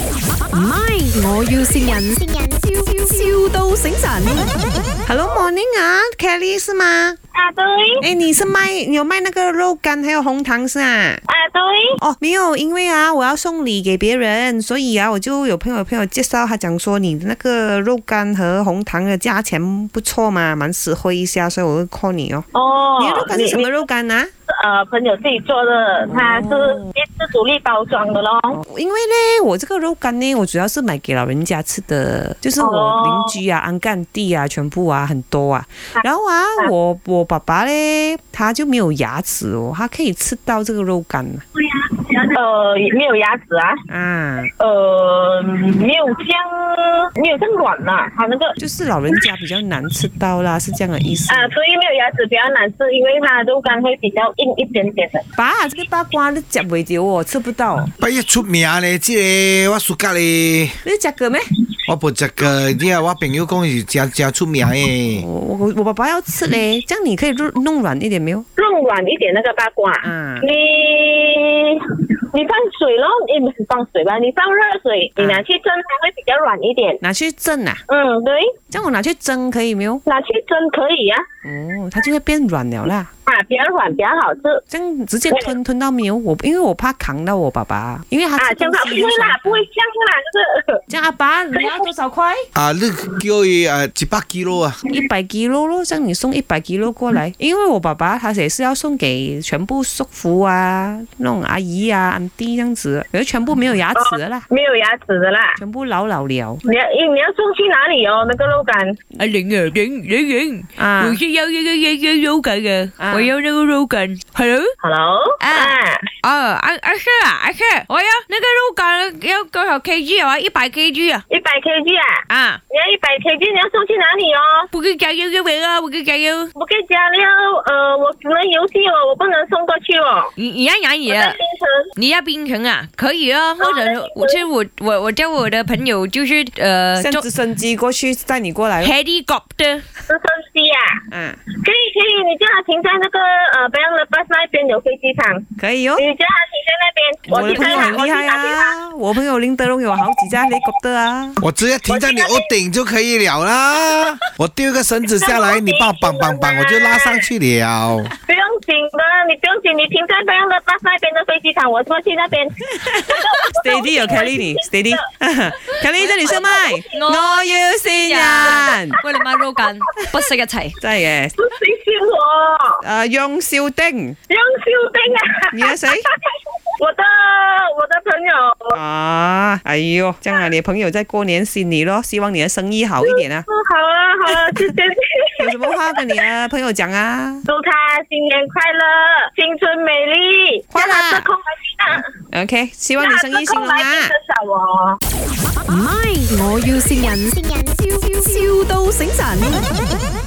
唔係，我要善人，笑笑到醒神。 Hello morning 啊，Kelly 是吗？啊对，哎，你是卖你有卖那个肉干还有红糖是啊？啊对，哦，没有，因为啊我要送礼给别人，所以啊我就有朋友朋友介绍，他讲说你的那个肉干和红糖的价钱不错嘛，蛮实惠一下，所以我就 call 你哦。哦，你的肉干是什你么肉干啊？呃，朋友自己做的，它是哦自主力包装的咯。因为呢，我这个肉干呢，我主要是买给老人家吃的，就是我邻居啊、安干地啊，全部啊很多啊。然后啊，我我爸爸嘞，他就没有牙齿哦，他可以吃到这个肉干呃，没有牙齿啊，啊，呃，没有酱，没有酱软呐、它那个就是老人家比较难吃到啦，是这样的意思。啊，所以没有牙齿比较难吃，因为它肉干会比较硬一点点的。爸，这个八卦你夹袂到哦，吃不到哦，不一出名咧，即、个我暑假咧，你夹过咩？我不食个，因为我朋友讲是真真出名诶。我我我爸爸要吃嘞，这样你可以弄弄软一点没有？弄软一点那个八卦，嗯你你放水咯，你不是放水吧？你放热水，啊你拿去蒸，它会比较软一点。拿去蒸啊，嗯，对，这样我拿去蒸可以没有？拿去蒸可以啊，哦，它就会变软了啦。啊，比较软，比较好吃。这样直接吞吞到没有我，因为我怕扛到我爸爸，因为他啊吃，东香港不西会很啦，不会香啦，这个。这样阿爸，你要多少块？啊，你叫伊啊一百几咯啊，一百几肉咯，这样你送一百几肉过来，因为我爸爸他也是要送给全部叔父啊、那种阿姨啊、阿弟这样子，可是全部没有牙齿的啦， 没有牙齿的啦。全部老老了你要你要送去哪里哦？那个肉干阿玲啊，玲玲玲，啊我是要那个那个肉干的，啊我要那个肉干。Hello，Ờ, ，Hello，啊啊阿阿 Sir 啊，阿 Sir，我要那个肉干要多少 kg 啊？一百 kg 啊？一百 kg 啊，啊，你要一百 kg，你要送去哪里哦？不给加油就没了，不给加油。我跟家里要呃，我只能邮寄哦，我不能送过去哦。你你要哪里我在啊？槟城，你要冰城啊？可以啊，或者是我其实我我我叫我的朋友就是呃，像做直升机过去带你过来咯。 helicopter 直升机啊，嗯，可以可以，你叫他停在那个呃 b a n g l a d e s 那边有飞机场，可以哦。你叫他停在那边，我的去朋打友很电话，我厉害去打电话。啊，我朋友林德荣有好几架 helicopter 啊。我直接停在你屋顶就可以了啦。我丢一个绳子下来，你帮我绑绑绑，我就拉上去了。不用紧的，你不用紧，你停在 b a n g l a d e s 那边的飞机场，我过去那边。 Steady 有 Kelly 你 Steady，Kelly 这里是麦，我我要啊善人，喂你妈肉干，不惜一切。真系嘅。不谁笑我？诶、杨少丁，杨秀丁啊！你係誰 我的我的朋友。啊，哎呦，这样啊，你的朋友在过年新你咯，希望你的生意好一点啊。 嗯，好啊，好啊，谢谢你。有什么话跟你的朋友讲啊？祝他新年快乐，青春美丽，快乐叫他吃空来听， OK，希望你生意兴隆叫啊他吃空啊来听！的手哦。唔係，我要善人，笑笑到醒神。